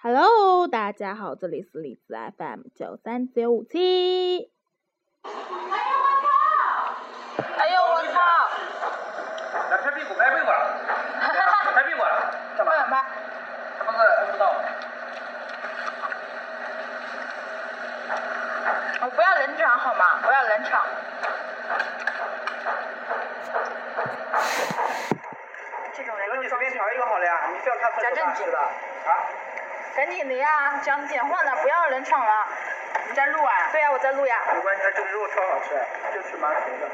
Hello，大家好，这里是荔枝 FM 九三九五七。哎呦我操！来拍屁股，拍屁股啊，哎拍屁股啊，干嘛？干嘛？他们是摁不到。我不要冷场好吗？不要冷场。这种人那就你上面调一个好了呀，你非要看分讲正经的。啊？赶紧的呀，啊讲点话呢，不要冷场了。你在录啊？对呀、我在录呀。没关系，它这个肉超好吃，就吃馒头的。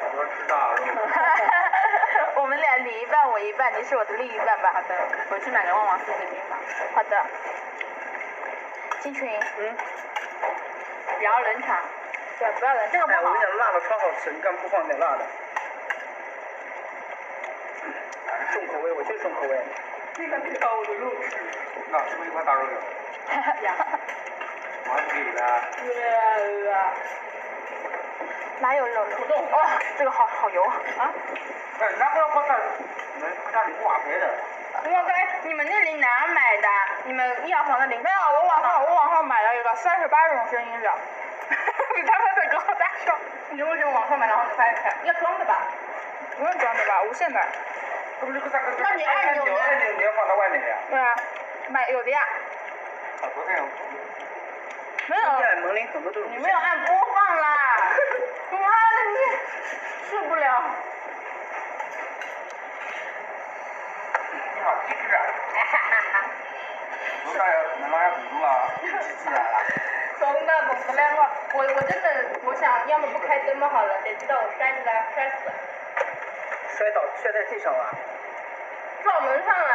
我说知道了。 我们俩你一半我一半，你是我的另一半吧？好的，我去买个旺旺送给你吧。好的。进群，嗯，不要冷场。对，不要冷场，这个哎，不好我跟你。讲，辣的超好吃，你干嘛不放点辣的？重口味，我就重口味。你还没把我的肉吃。那是不是一块大肉饼？ 往里的。 哪有肉？土豆。哦， 这个好好油啊！哎，拿过来放大，你们放大礼物瓦肥的。我该你们那里哪买的？你们一阳房那里没有？我网上我网上买了一个三十八种声音的， 你刚才在跟我大笑。你为什么网上买然后你拍一拍？要装的吧？不用装的吧？无线的。他不是大哥，那你按钮呢按钮你要放到外面的呀。对啊，买有的呀，啊，昨天没有。现在门铃很多都是你没有按播放 啦！妈的你，受不 了。你好机智啊！楼下有能拉下补助啊， 机智啊！从那个不赖话，我我真的我想要么不开灯吧好了，谁知道我摔着了，摔死了，摔倒摔在地啊上了，撞门上了。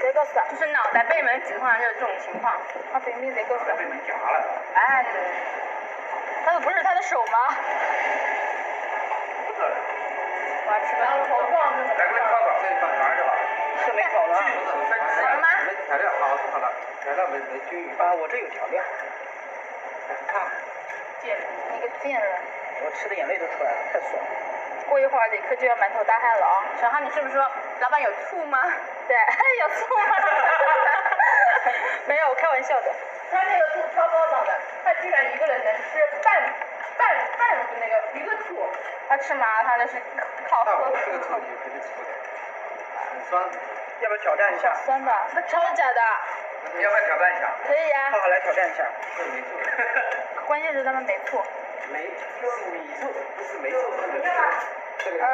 谁告诉就是脑袋被门挤上就是这种情况。他明明谁告诉被门夹了。哎，他的不是他的手吗？不是，来我要吃个头撞的。给你放倒，给你放床上去吧。是没搞了。什么没调料，好，好了，调料没没均匀。啊，我这有调料。你哎看，贱人，你个贱人！我吃的眼泪都出来了，太爽了。过一会儿李克就要满头大汗了啊、小汉，你是不是说老板有醋吗？对， 有醋吗？没有，我开玩笑的。他那个醋超高档的，他居然一个人能吃半半半的那个一个醋。他吃麻他那是靠那喝我这个醋也不是醋的，很酸。要不要挑战一下？酸的，那真的假的？要不要挑战一下？可以呀、好，来挑战一下。没醋，关键是他们没醋。没是米醋，不是没醋，是米醋。这里，呃，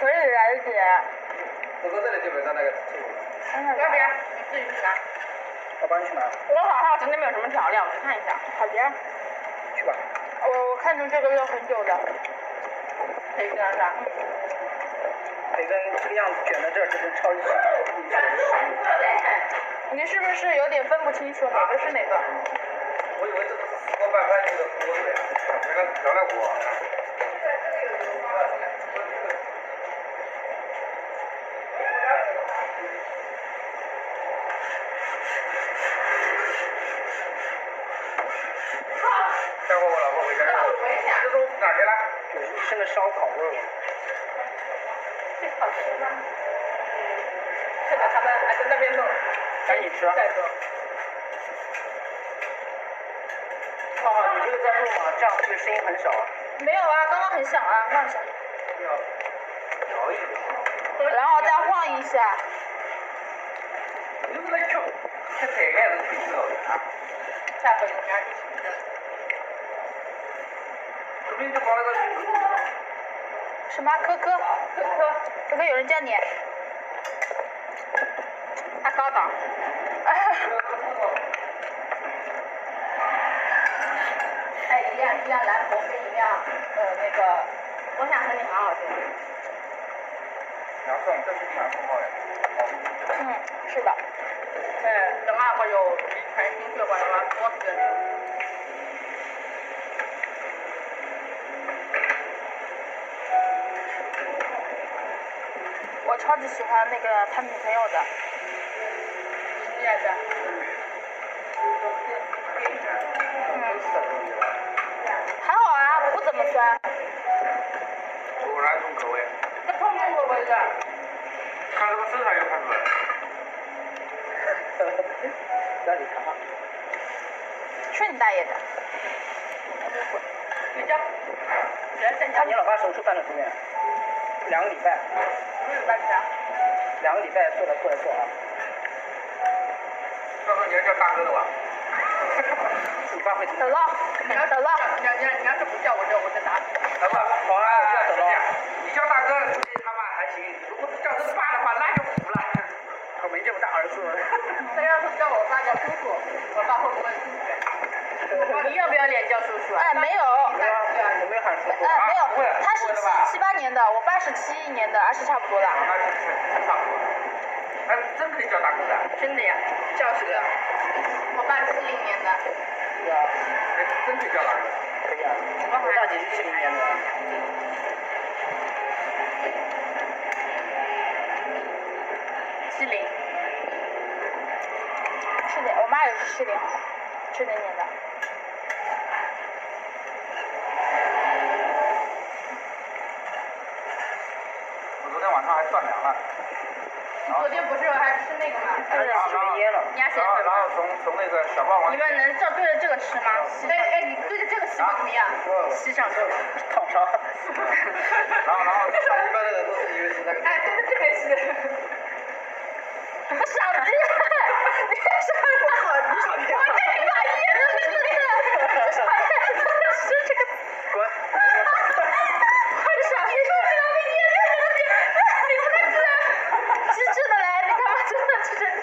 可以来一点。我说这里基本上那个醋了，要不然你自己去拿。我帮你去拿，我好好奇那边有什么调料，我去看一下。好的。去吧。我我看中这个要很久的，啊可以跟他说。培根这个样子卷到这儿，这是超级市场。你是不是有点分不清楚哪个是哪个？我以为这是锅拌饭那个锅水，原来是调料锅。待会儿我老婆回家，这都哪去了？有一身的烧烤味儿。最好吃吗？是的，他们还在那边弄。赶紧吃啊哎再说。哦，你这个在录吗？这样会不会声音很少啊？没有啊，刚刚很响啊，放下，调一调。然后再晃一下。你是来吃吃菜还是去吃肉啊？下回我们要去吃的。说不定就搞那个。什么？啊科科？科科？科科有人叫你？啊，高 档。哎，一辆一辆兰博跟一辆呃那个，我想和你好好说。然后算这是你蛮不好呀。嗯，是的。对，哎等下我有遗传心血管的话，多死人。我超级喜欢那个他女朋友的。你也的。嗯，还好啊，不怎么酸。果然重口味，那碰碰过我一个。看这个身上就看出来了。 让你尝尝。去你大爷的！你这，你看你老爸手术办了多远？两个礼拜，嗯，大家。两个礼拜做了做了 做啊。告诉你这大哥的碗，你爸会怎么？走了，走了。你要你要你要是不叫我这我就打你。好吧？好啊，这样，你叫大哥估计他妈还行，如果叫他爸的话，那就服了。我没这么大儿子。那要啊是叫我爸叫叔叔，我爸会不会拒绝？你要不要脸叫叔叔啊？哎，没有。我没有喊叔叔哎，没啊。不会有，他是不会的吧七七八年的，我爸是七一年的，二十差不多了。那就是很少。哎，真可以叫大哥的。真的呀？叫谁啊？我爸七零年的。对啊，哎，真可以叫大哥。可以啊。我大姐是七零年的。七零。是的，我妈也是七零，七零年的。我昨天晚上还断粮了。然后天不是还吃那个吗？是然后是没烟了你还嫌然后什么然后从从那个小霸王你，们能照对着这个吃吗？哎哎，你对着这个吸管怎么样？啊吸上去。烫伤。然后然后从一般的都是以为是那个。哎，对着这边吸。 我傻逼！啊 你傻逼！我傻逼！我这一把烟，这是这个，这把烟，是这个。滚！我傻逼！你他妈烟，你他妈居然机智的来，你他妈真的真的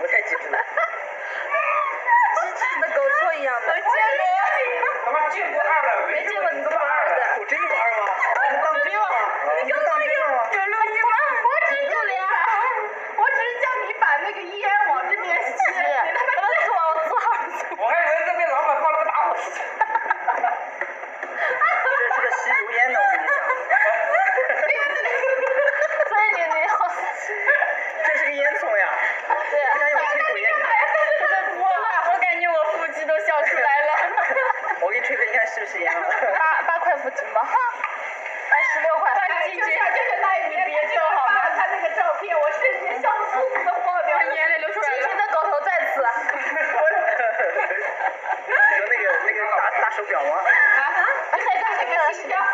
我太机智了。机智的狗错一样的。我见过。他妈见过二的，没见过你这么二的。我真有二吗？我能当兵吗？我能当兵吗？有录音吗？我只是叫你，我只是叫你把那个烟往这边吸，你他妈左左我还以为那边老板放了个打火机。这是个吸油烟的，我跟你讲，所以你你好，这是个烟囱呀。对，真的我我感觉我腹肌都笑出来了。我给你吹吹，你看是不是烟？八八块腹肌吗？哎，十六块。进去，你别皱好吗？他那个照片，我瞬间笑得肚子都爆掉，眼泪流出来了。的狗头在此。有那个那个打打手表吗？啊，在这是个新疆。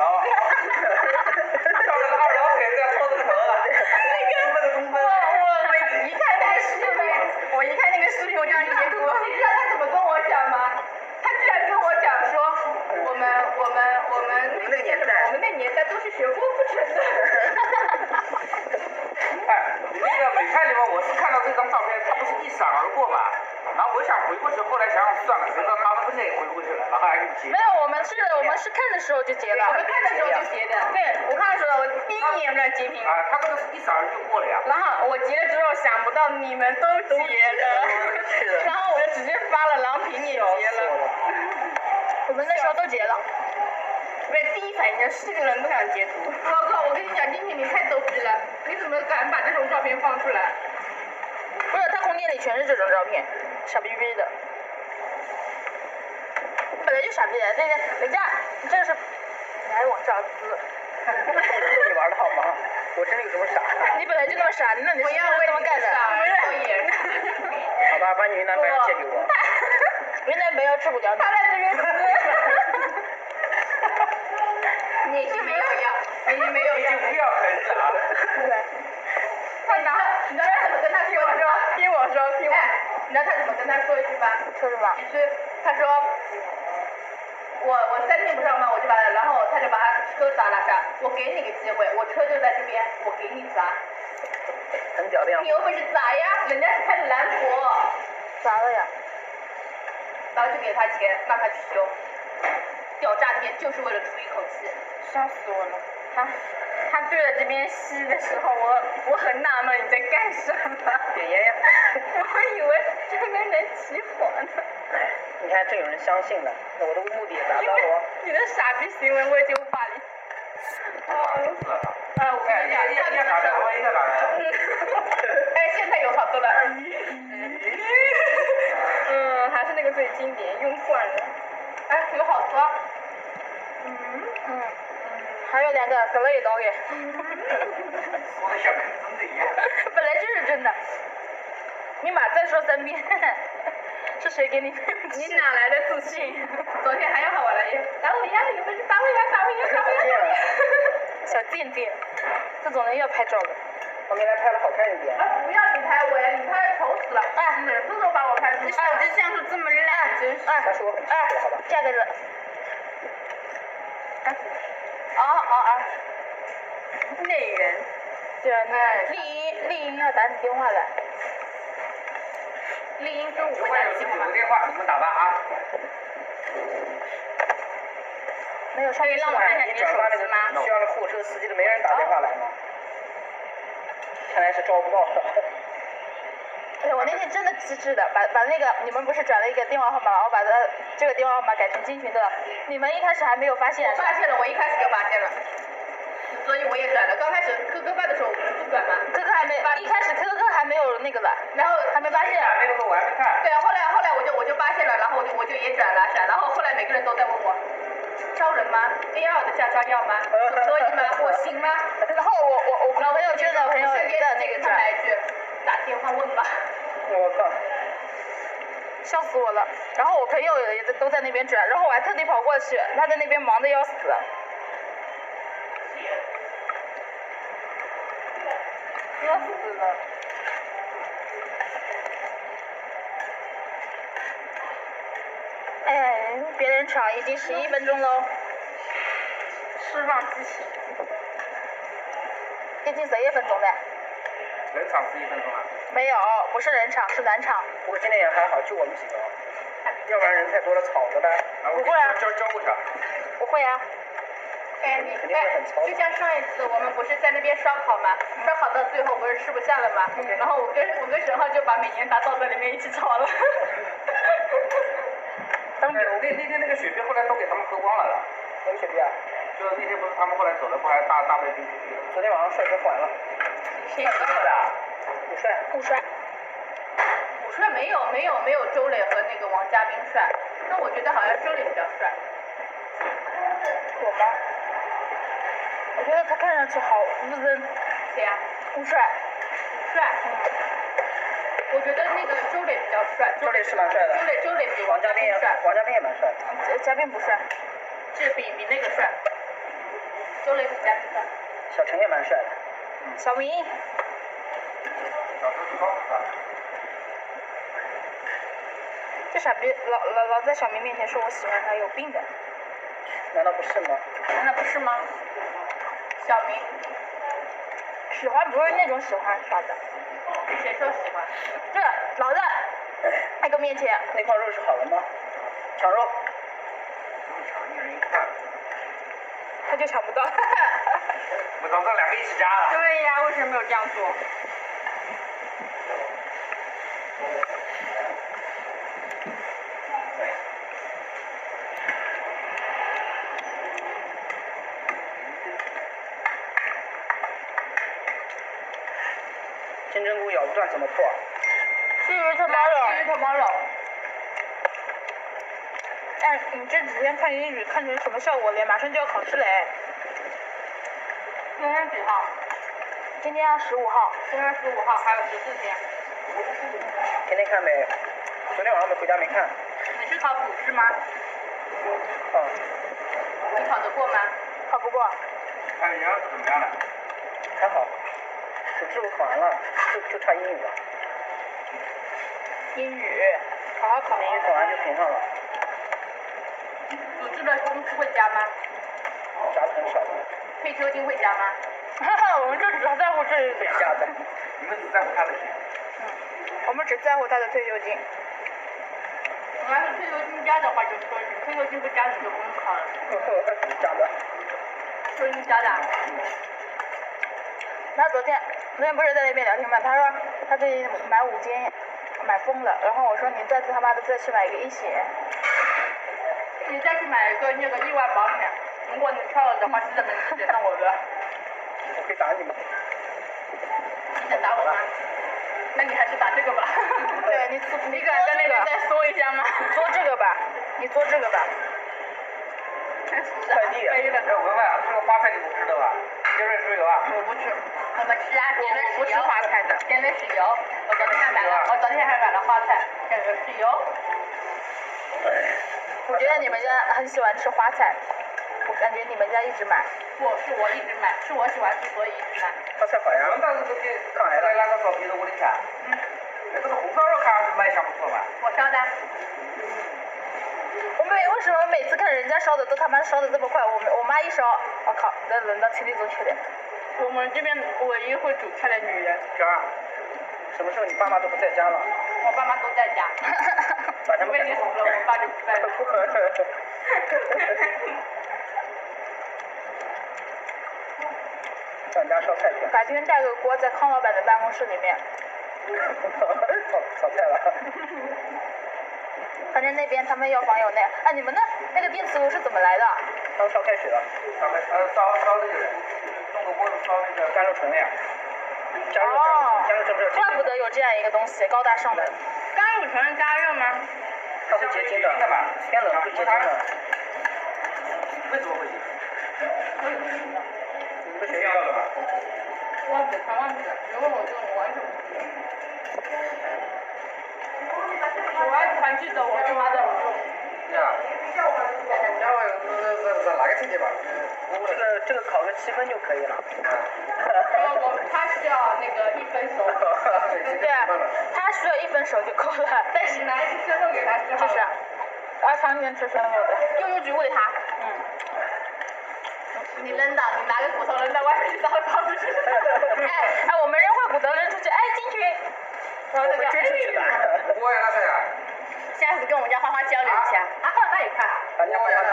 然后，照着二郎腿在搓个头了。那个公分。我我一看那个视频，我一看那个视频，我就让你别哭。你知道他怎么跟我讲吗？他居然跟我讲说，我们我们我们我们那个年代我们那年代都是学功夫成的。哎，你 那个美泰里面，我是看到这张照片，他不是一闪而过嘛？然后我想回过去，后来想想算了，谁知道他们真的也回不去了，然后还给你接。有，我们是我们是看的时候就截了我们看的时候就截的。对，我看的时候，我第一眼在截屏。啊，他这个是一闪而就过了呀。然后我截了之后，想不到你们都是截了，的 然后我就直接发了，然后屏也截了。我们那时候都截了。对，第一反应就是这个人不想截图。老哥，我跟你讲，今天你太逗逼了，你怎么敢把这种照片放出来？不是，他空间里全是这种照片，傻逼逼的。本来就傻逼，那个人家这是，哎你还往上滋。 你玩的好吗？我真的有这么傻？你本来就那么傻，那你是不是这么干的？不是，好吧，把你云南白药借给哎我。 云南没有吃不了。他在这边你是没有要，你没有你已经不要盆子了。他拿，你知道他怎么跟他说说？听我说，听我。哎，你知道他怎么跟他说一句吗？说什么？就是他说，我我三天不上班我就把，然后他就把他车砸了上，我给你个机会，我车就在这边，我给你砸，很屌的样你子。又不是砸呀，人家是开的兰博，咋了呀？然后就给他钱让他去修，屌炸天就是为了出一口气。吓死我了！他他对着这边吸的时候，我我很纳闷你在干什么，点烟呀！ 我以为这边能起火呢。哎你看，真有人相信了，那我的目的也达因到为了。你的傻逼行为我已经无法理。啊，我哎，要要要打人，我也要打人。哎，现在有好多了。嗯，还是那个最经典，用惯了。哎，有好多。嗯还有两个格雷刀给，说的像跟真的一样。 本来就是真的。你妈再说三遍， 是谁给你？ 你哪来的自信？昨天还要喊我来着，打我呀，你们去打我呀，打我呀，打我呀，打我呀！小贱贱，这种人要拍照的。我给他拍了好看一点。 哎，不要你拍我呀，你拍丑死了！哎，每次都把我拍死。你手机像素这么烂，真是。哎他说我很丑，哎好吧？，价格的。哎，哦哦哦，内人。对啊，那丽英丽英要打你电话来。丽英跟如我果家有计自划己吗的？电话，你们打吧啊。没有上可以面让我看一下你的手机吗？需要那货车司机的，没人打电话来吗？看来是招不到了。对，哎我那天真的机智的，把把那个你们不是转了一个电话号码，然后把它这个电话号码改成金群的，你们一开始还没有发现我，发现了，我一开始就发现了，所以我也转了。刚开始 QQ 发的时候我不是不转吗？科科还没，一开始科科还没有那个了，然后还没发现，那个时候我还没看。对，后来后来我就我就发现了，然后我就我就也转了转，然后后来每个人都在问我，招人吗？AR 的驾照要 吗？可以吗？我行吗？然后我我我老朋友圈的朋友身边的直那接个给他转，来一句，打电话问吧。我靠，笑死我了。然后我朋友也在都在那边转，然后我还特地跑过去，他在那边忙的要死。要死了。哎，别人场已经十一分钟喽，释放激情。接近十一分钟的，人场十一分钟啊。没有，不是人场，是暖场。不过今天也还好，就我们几个，要不然人太多了，吵着呢。不会啊教教过啥？不会啊，哎，你哎，就像上一次我们不是在那边烧烤嘛，烧烤到最后不是吃不下了嘛，嗯然后我跟我跟沈浩就把美年达倒在里面一起 炒了。当那那那天那个雪碧后来都给他们喝光了的。什么雪碧啊？就是那天不是他们后来走了，不还大大杯冰雪碧了？昨天晚上帅哥还了。谁喝的？不帅。互摔。我说没有没有没有周磊和那个王嘉斌帅，但我觉得好像周磊比较帅。我吗？我觉得他看上去好无人谁呀、不帅，帅。我觉得那个周磊比较帅。周磊是蛮帅的周磊周磊比王嘉斌帅，王嘉斌也蛮帅的。嘉呃嘉宾不帅，这比比那个帅。周磊比嘉宾帅。小陈也蛮帅的。小明小陈是高富帅。这傻逼老老老在小明面前说我喜欢他，有病的。难道不是吗？难道不是吗？小明，喜欢不是那种喜欢，傻子。谁说喜欢？这老在那个面前，那块肉是好了吗？抢肉。抢一人一块。他就抢不到。我找到两个一起加了。对呀、为什么没有这样做？金针菇咬不断怎么破？啊至于他妈来，的，继续 tomorrow。哎，你这几天看英语看成什么效果了？马上就要考试了哎，今天几号？今天十五号，今天十五号，还有十四天。天天看呗。昨天晚上没回家没看。你是考普试吗？啊。你考得过吗？考不过。看人家怎么样了？还好。我这我考完了，就就差英语了。英语，好好啊考。英语考完就评上了，组织的工资会加吗？加的很少。退休金会加吗？哈 哈，我们就只在乎这一点，加的。你们只在乎他的钱。我们只在乎他的退休金。我要是退休金加的话就可以，退休金不加你就不用考了。 加的。退休金啊加的，他昨天昨天不是在那边聊天嘛，他说他最近买五金买疯了，然后我说你再他妈的再去买一个一险，你再去买一个那个意外保险，如果你跳了的话，记得明天点上我的。我会打你们。你想打我吗？那你还是打这个吧。对你做你敢在那边再说一下吗？你做这个吧，你做这个吧，快递。飞了。哎，文文啊，这个花菜你不吃的吧？椰润猪油啊。我不吃，我们吃啊，甜的啊我不吃花菜的甜的豉油。我昨天还买了，我昨天小花菜，这个是油。哎我觉得你们家很喜欢吃花菜，我感觉你们家一直买。不是我一直买，是我喜欢吃，所以一直买。花菜好我呀们，当时都去上海那个烧皮的屋里吃。嗯。那这个红烧肉看上去卖相不错嘛。我烧的，我们为什么每次看人家烧的都他妈烧的这么快？我们我妈一烧，我靠，那轮到七里总去了。我们这边唯一会煮菜的女人，娟儿，什么时候你爸妈都不在家 了？我爸妈都在 家。把他因们为赶你出死了，我爸就不在了。上家烧菜去，改天带个锅在康老板的办公室里面，炒炒菜了。反正那边他们药房有那。哎，你们那那个电磁炉是怎么来的？烧哦烧开水了，咱们呃烧烧那个，弄个锅子烧那个加干入虫了呀，加入哦加入加入这怪不不得有这样一个东西，高大上的。甘乳醇加热吗？它会结晶的，天冷会结晶的。为什么会结晶？你们学校的吧？我只尝过这个，如果我就我完全不吃。我要团聚的，我就妈的我就。呀，下回这这这哪个亲戚吧？我这个这个烤个七分就可以了。呃，我们他需要那个一分熟，对啊，他需要一分熟就够了，但是拿一只生肉给他吃好就了是，儿童里面吃生肉的。用用菊喂它。嗯。你扔到，你拿个骨头扔到外面去，它会跑出去。哎 哎，我们扔坏骨头扔出去，哎进去，然后我他就们追出去哎了。我呀那谁呀？下次跟我们家花花交流一下。啊，花花那也看啊。咱家我呀那。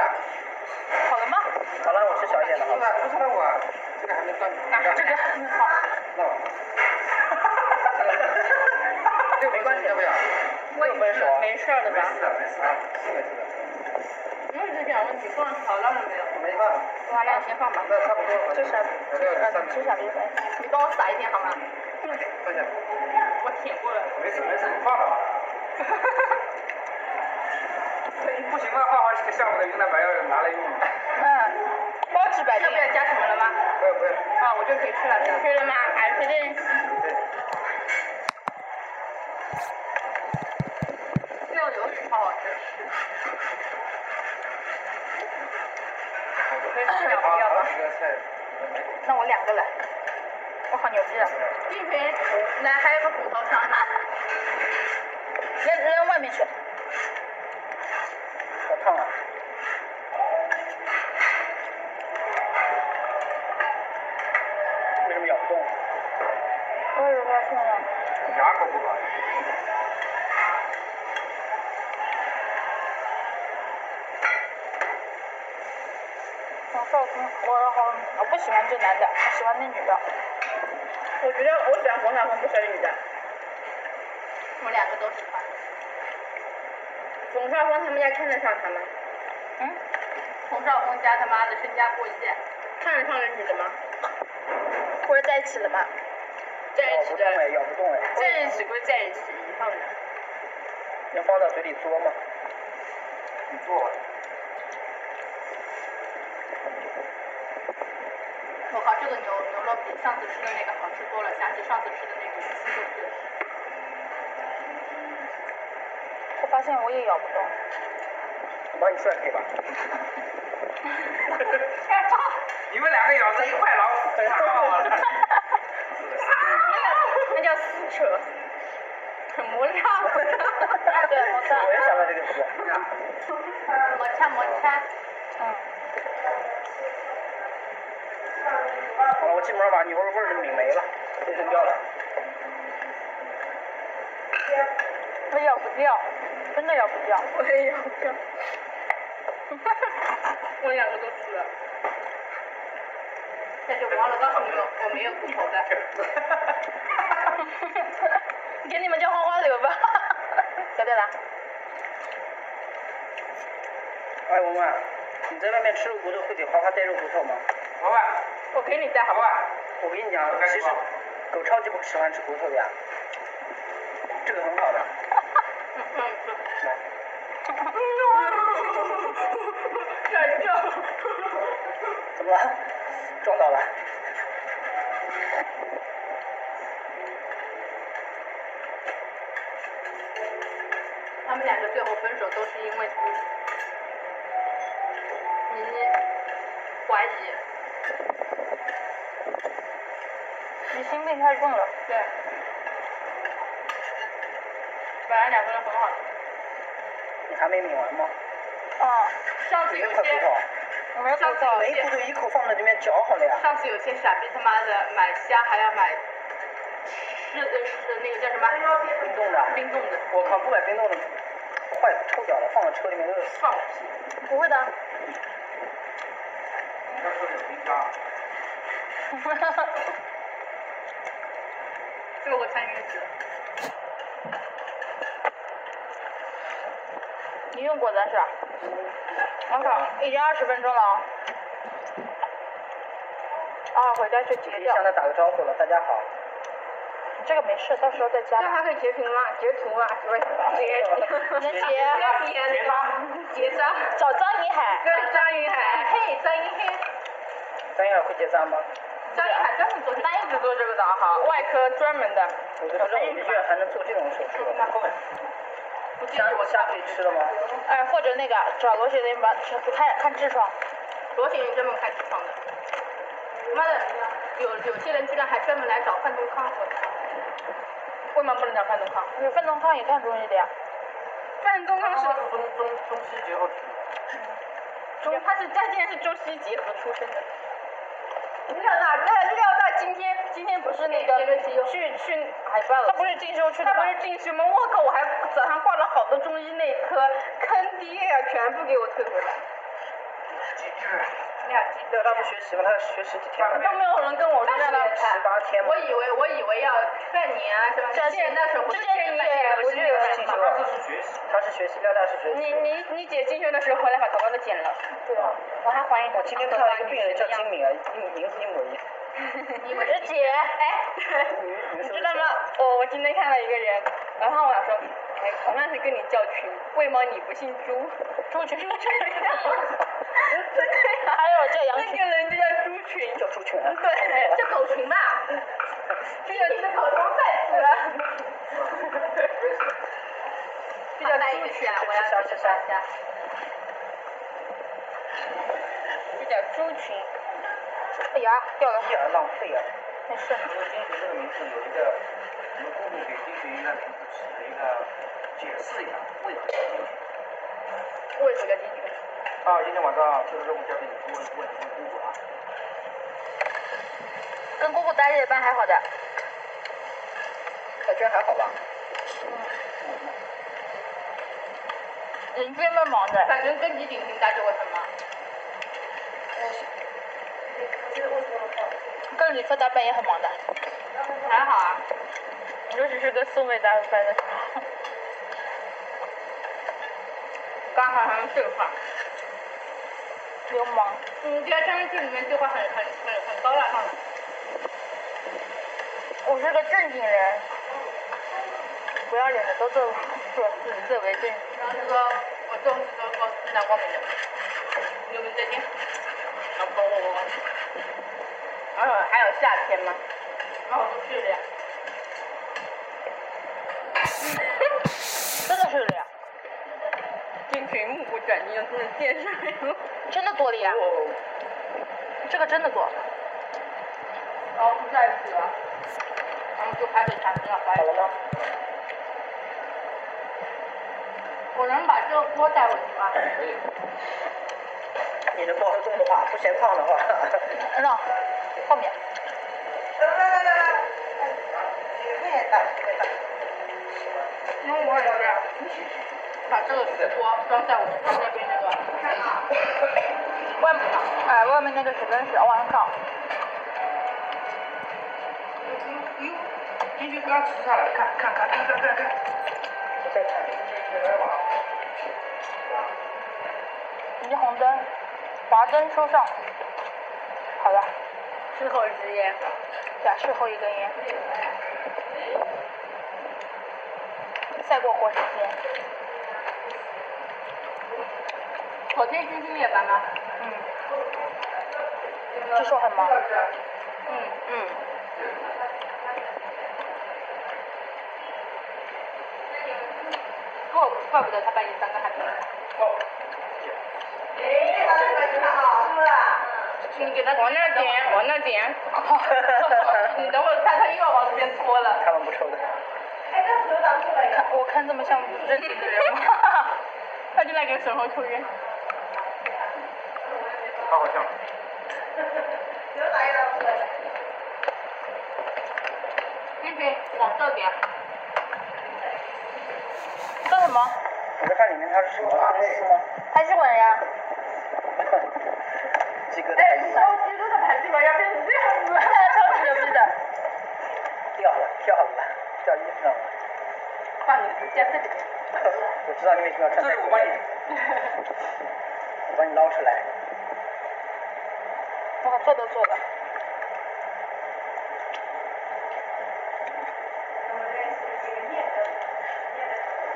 好了吗？好了，我吃小一点的不好是了。不是那我，这个还没算。这 个好，那我。这没关系，要不要？我以为是没事儿的没吧事？的，没事的，是没事的，我也是这样问题，放好了没有？没事的。花那你先放吧，那差不多了。这啥？没有这三啥？这啥意思？你帮我撒一点好吗？不是，我舔过了。没事没事，你放吧。不行的话，画这个下午的云南白药拿来用。嗯，包治百要病不。要加什么了吗？不要不要，啊，我就可以吃了，可以了吗？俺吃的。对，这个鱿鱼超好吃。我可以吃两好个，要好吧？几个菜。那我两个来，我好牛逼啊！一瓶，来还有个骨头汤。扔扔外面去。我胖了。为什么咬不动？我也发现了。牙口不好。我少听，我好，我不喜欢这男的，我喜欢那女的。我觉得我喜欢冯小刚，不喜欢女的。我两个都喜欢。冯绍峰他们家看得上他吗？嗯，冯绍峰家他妈的身家过亿，看得上这女的吗？不是在一起了吗？在咬一不哦起动哎，的，咬不动哎。在一起归在一起，以后呢？能放到嘴里嘬吗？你坐吧。我靠，这个牛牛肉比上次吃的那个好吃多了，想起上次吃的那个一次就去。我发现我也咬不 动。我帮你涮可以吧？你们两个咬成一块老虎，太好了。那叫撕扯，磨 擦磨擦，对，我我也在。想到这个啊词。摩擦摩擦。嗯，好了，我基本上把牛肉味儿都抿没了，都扔掉了。我咬不掉，真的咬不掉。我也要这样。 我两个都吃了。但是我忘了告诉你们，我没有骨头的。 给你们家花花留 吧。小队长，哎，文文，你在外面吃肉骨头会给花花带肉骨头吗？老板，我给你带好老不好？板，我跟你讲，其实狗超级不喜欢吃骨头的呀，这个很好 的。感掉。怎么了？撞到了？他们两个最后分手都是因为你怀疑，疑心病太重了。对，本来两个人很好的，你还没抿完吗？哦，上次有快些口罩，我没有口上次罩。每一口都一口放到里面嚼好了呀。上次有些傻逼他妈的买虾还要买吃的是那个叫什么冰冻的冰冻的，我靠，不买冰冻的，坏臭掉了，放到车里面都是。放屁！不会的。要说有冰箱，最后参与死。你用过咱是？我靠，已经二十分钟了啊。啊，回家去截你掉向。他打个招呼了，大家好。这个没事，到时候再加这吧。还可以截屏吗？截图啊？不是截能截要你截张，截张，找张一海，跟张云海，嘿，张云嘿，咱俩会结账吗？张云海专门做这个，他一直做这个的哈，外科专门的。我都不知道我们医院还能做这种手术了。不记虾得我虾可以吃了吗？哎，或者那个找罗雪那帮看看痔疮。罗婷专门开痔疮的。妈的，有有些人居然还专门来找范东康，我操！为嘛不能找范东康？有范东康也看中医的呀。范东康刚是刚是中中中西结合体，中，他是他竟然是中西结合出身的。廖大，那廖大今天今天不是那个去去海报他不是进修去的他吗不？是进修吗？我靠！我还早上挂了好多中医内科，坑爹呀，全部给我退回来。极致。哎廖大不学习吗？他学习几天了？都没有人跟我说让他但是十八天吗我？以为我以为要劝你啊，什么？这之前那时候不是之前劝你也你买不这个是买进那修个啊这，是学习，他是学习，廖大是学习。你你你姐进修的时候回来把头发都剪了。对啊，我还怀疑我今天看到一个病人叫金敏啊，一名字一模一样。你们是姐哎， 你你说知道吗？我我今天看到一个人，然后我想说，哎，同样是跟你叫群，为毛你不姓朱？朱群是这个样子。还有叫杨群，那个人就叫朱群，叫朱群啊。对，这狗群吧，这个你的口中犯死了。这叫带一下，我要吃虾吃虾一下。就叫猪群。哎呀，掉了一，点浪费啊！没事。因为金学这个名字有一个，我们姑姑给金学一个名字起了一个解释一下为何叫金学。为什么叫金群？啊，今天晚上这个任务交给你去问问你姑姑啊。跟姑姑待夜班还好点。我觉得还好吧。人这么忙的，反正跟你顶平大就会很忙。呃跟理科搭班也很忙的。还好啊，尤其是跟苏妹搭班的时候， 刚好他们对话。流氓。你觉得真人剧里面嗯对啊话很很很很高大啊上吗？我是个正经人，嗯不要脸的都 做做自己最为正经。然后他说我中午都高南光明的，你们再见。然后我我我，嗯，还有夏天吗？然后我就去了呀。真的是的呀，进群目不转睛，真的电视没有。真的做的呀，哦，这个真的做。然后不下去了，然后就开始产生了怀好疑。了吗？我能把这个锅带回去吗？可以。你能包得动的话，不嫌烫的 话，那后面。那我也是，把这个石锅装在我们家那边那个。外面哎，外面那个水真是往上靠。金学刚吃上来，看看看看看看看。我再看。霓虹灯，华灯初上。好了，吃口直接。假释后一根烟。赛过火时间。昨天星星夜班吗？嗯。据说很忙。嗯嗯。怪不怪不得他把你当个海绵。哦，你给他往那儿点，往那儿点。你等会儿看他又要往这边拖了。他们不抽的。我看这么像不正经的人 吗？他就来给沈红抽烟。好好笑。那边往这边。干什么？我在看里面它是什么啊？是吗？排气管呀。这个太超级多的排气管要变成这样 子。超级牛逼的。掉了，掉了，掉衣服上了。放你的指甲这里。我知道你为什么要这穿里内我裤帮你，我帮你捞出来。我做都做了。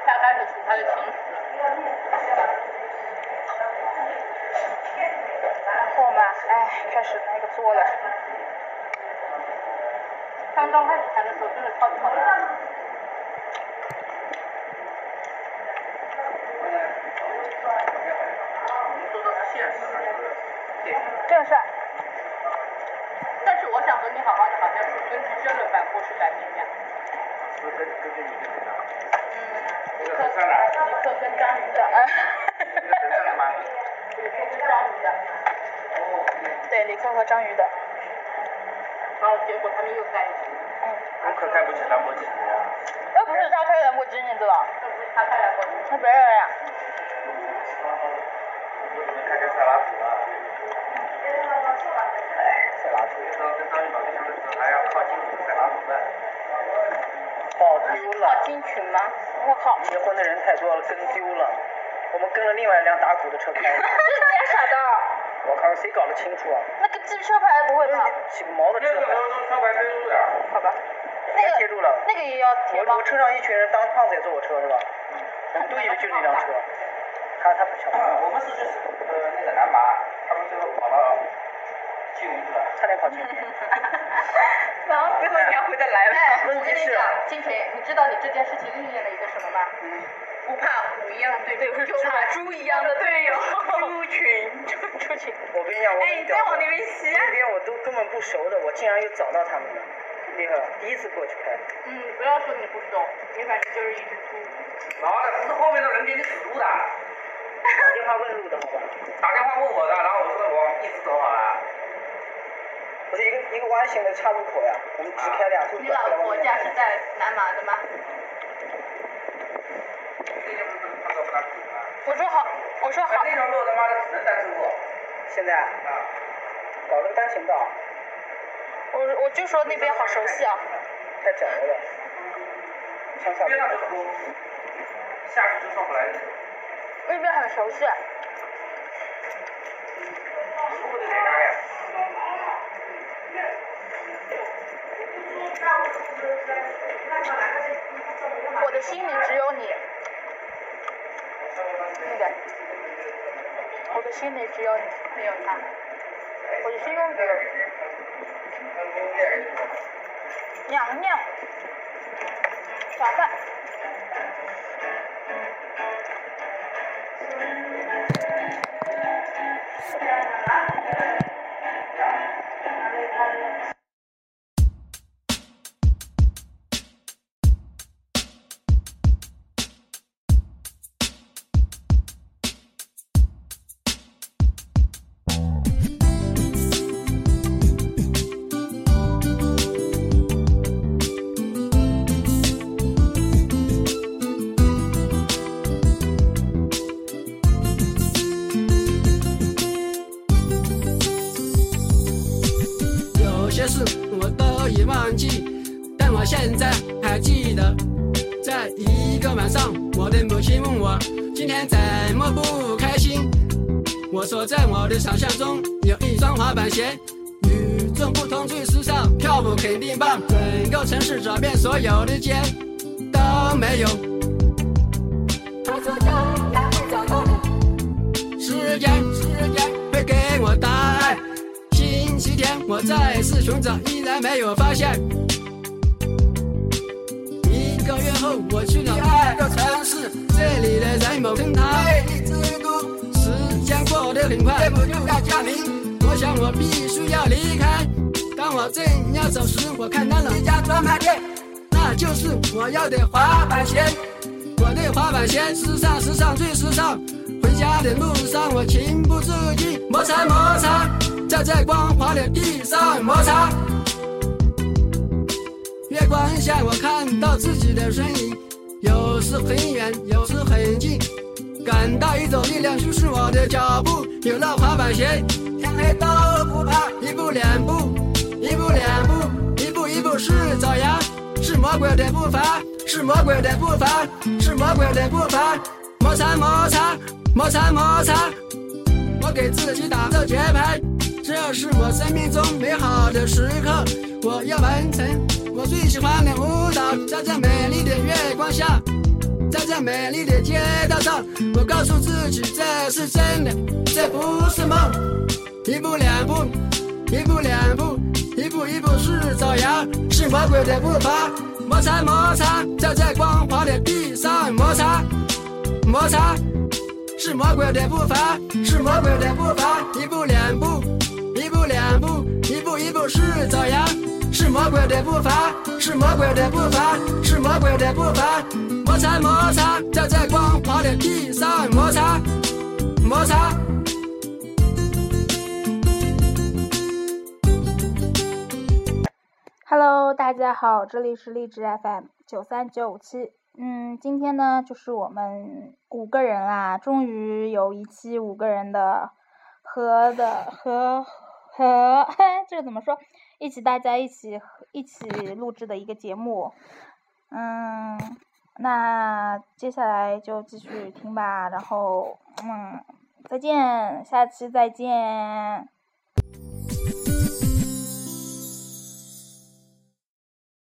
他开始吐他的情绪。然后嘛，哎，开始那个做了。刚刚开始弹的时候真的超级好弹。你说的是现实还是电影？正事儿，但是我想和你好好的，好像是根据这个版故事来评价。是根根据你的身上，嗯，那个很上哪？尼克跟章鱼的，哎，那个很上的吗？尼克跟章鱼的，对，李克和章鱼的，然后结果他们又在一起。嗯，我可开不起兰博基尼啊！那不是他开兰博基尼的了，这不是他开来过的，是别人呀。我只能开开塞拉普了。塞拉普，那时候跟张一宝对象的时候还要靠近塞拉普的。跑丢靠了，金群吗？我 靠，结婚的人太多了，跟丢了。我们跟了另外一辆打鼓的车开的。这你也傻的，我靠，谁搞得清楚啊？那个机车牌不会吧？几个毛的那车个时牌候都车牌追入呀，好吧，那贴个住了。那个也要贴吗我我？车上一群人，当胖子也坐我车是吧？我们都以为就是一辆车，他他不想，我们是去呃那个南麻，他们最后跑到金融去了。差点跑 进去。 然 后最后你还回得来哎，我问题跟你是讲，金锤，你知道你这件事情预见了一个什么吗？嗯不怕虎一样的队友，就怕猪一样的队友。 出群，出出群，我跟你讲，我哎，你再往里面吸啊那！边我都根本不熟的，我竟然又找到他们了，厉害了！第一次过去拍，嗯，不要说你不懂，你反正就是一只猪。然后呢，不是后面的人给你指路的，打电话问路的好吧？打电话问我的，然后我说我一直走好啊了。不是一个一个弯形的岔路口呀，我们只开两处。你老婆家是在南马的吗？那天不是那个不打赌吗？我说好，我说好，啊哎那条路他妈的只能单身过现在啊啊！搞了个单行道，我我就说那边好熟悉啊。太窄了，嗯乡下边上就是沟，下去就上不来人。那边很熟悉，你们会对哪家呀？我的心里只有你。那个，我的心里只有你，没有他。我的心中只有你。娘娘，早饭。有些事我都已忘记，但我现在还记得。在一个晚上，我的母亲问我今天怎么不开心。我说在我的想象中有一双滑板鞋，与众不同最时尚，跳舞肯定棒。整个城市找遍所有的街都没有。时间，时间会给我答案。星期天我再次寻找，依然没有发现。一个月后我去了二个城市，这很快我就要降临，我想我必须要离开。当我正要走时，我看到了一家专卖店，那就是我要的滑板鞋。我对滑板鞋时尚，时尚最时尚。回家的路上，我情不自禁摩擦摩擦，站在光滑的地上摩擦。月光下，我看到自己的身影，有时很远，有时很近，感到一种力量驱使我的脚步。有了滑板鞋，天黑都不怕，一步两步，一步两步，一步一步是爪牙，是魔鬼的步伐，是魔鬼的步伐，是魔鬼的步伐，摩擦摩擦，摩擦摩擦，我给自己打个节拍，这是我生命中美好的时刻，我要完成。我最喜欢的舞蹈，在这美丽的月光下，在这美丽的街道上，我告诉自己这是真的，这不是梦。一步两步，一步两步，一步一步是爪牙，是魔鬼的步伐，摩擦摩擦，在这光滑的地上摩擦摩擦，是魔鬼的步伐，是魔鬼的步伐，一步两步，一步两步，一步一步是爪牙。是魔鬼的步伐，是魔鬼的步伐，是魔鬼的步伐。摩擦摩擦，在这光滑的地上摩擦摩擦。 Hello，大家好，这里是荔枝 FM 九三九五七。嗯，今天呢，就是我们五个人啦、啊，终于有一期五个人的和的和和， 这怎么说？一起，大家一起一起录制的一个节目，嗯，那接下来就继续听吧，然后嗯，再见，下期再见。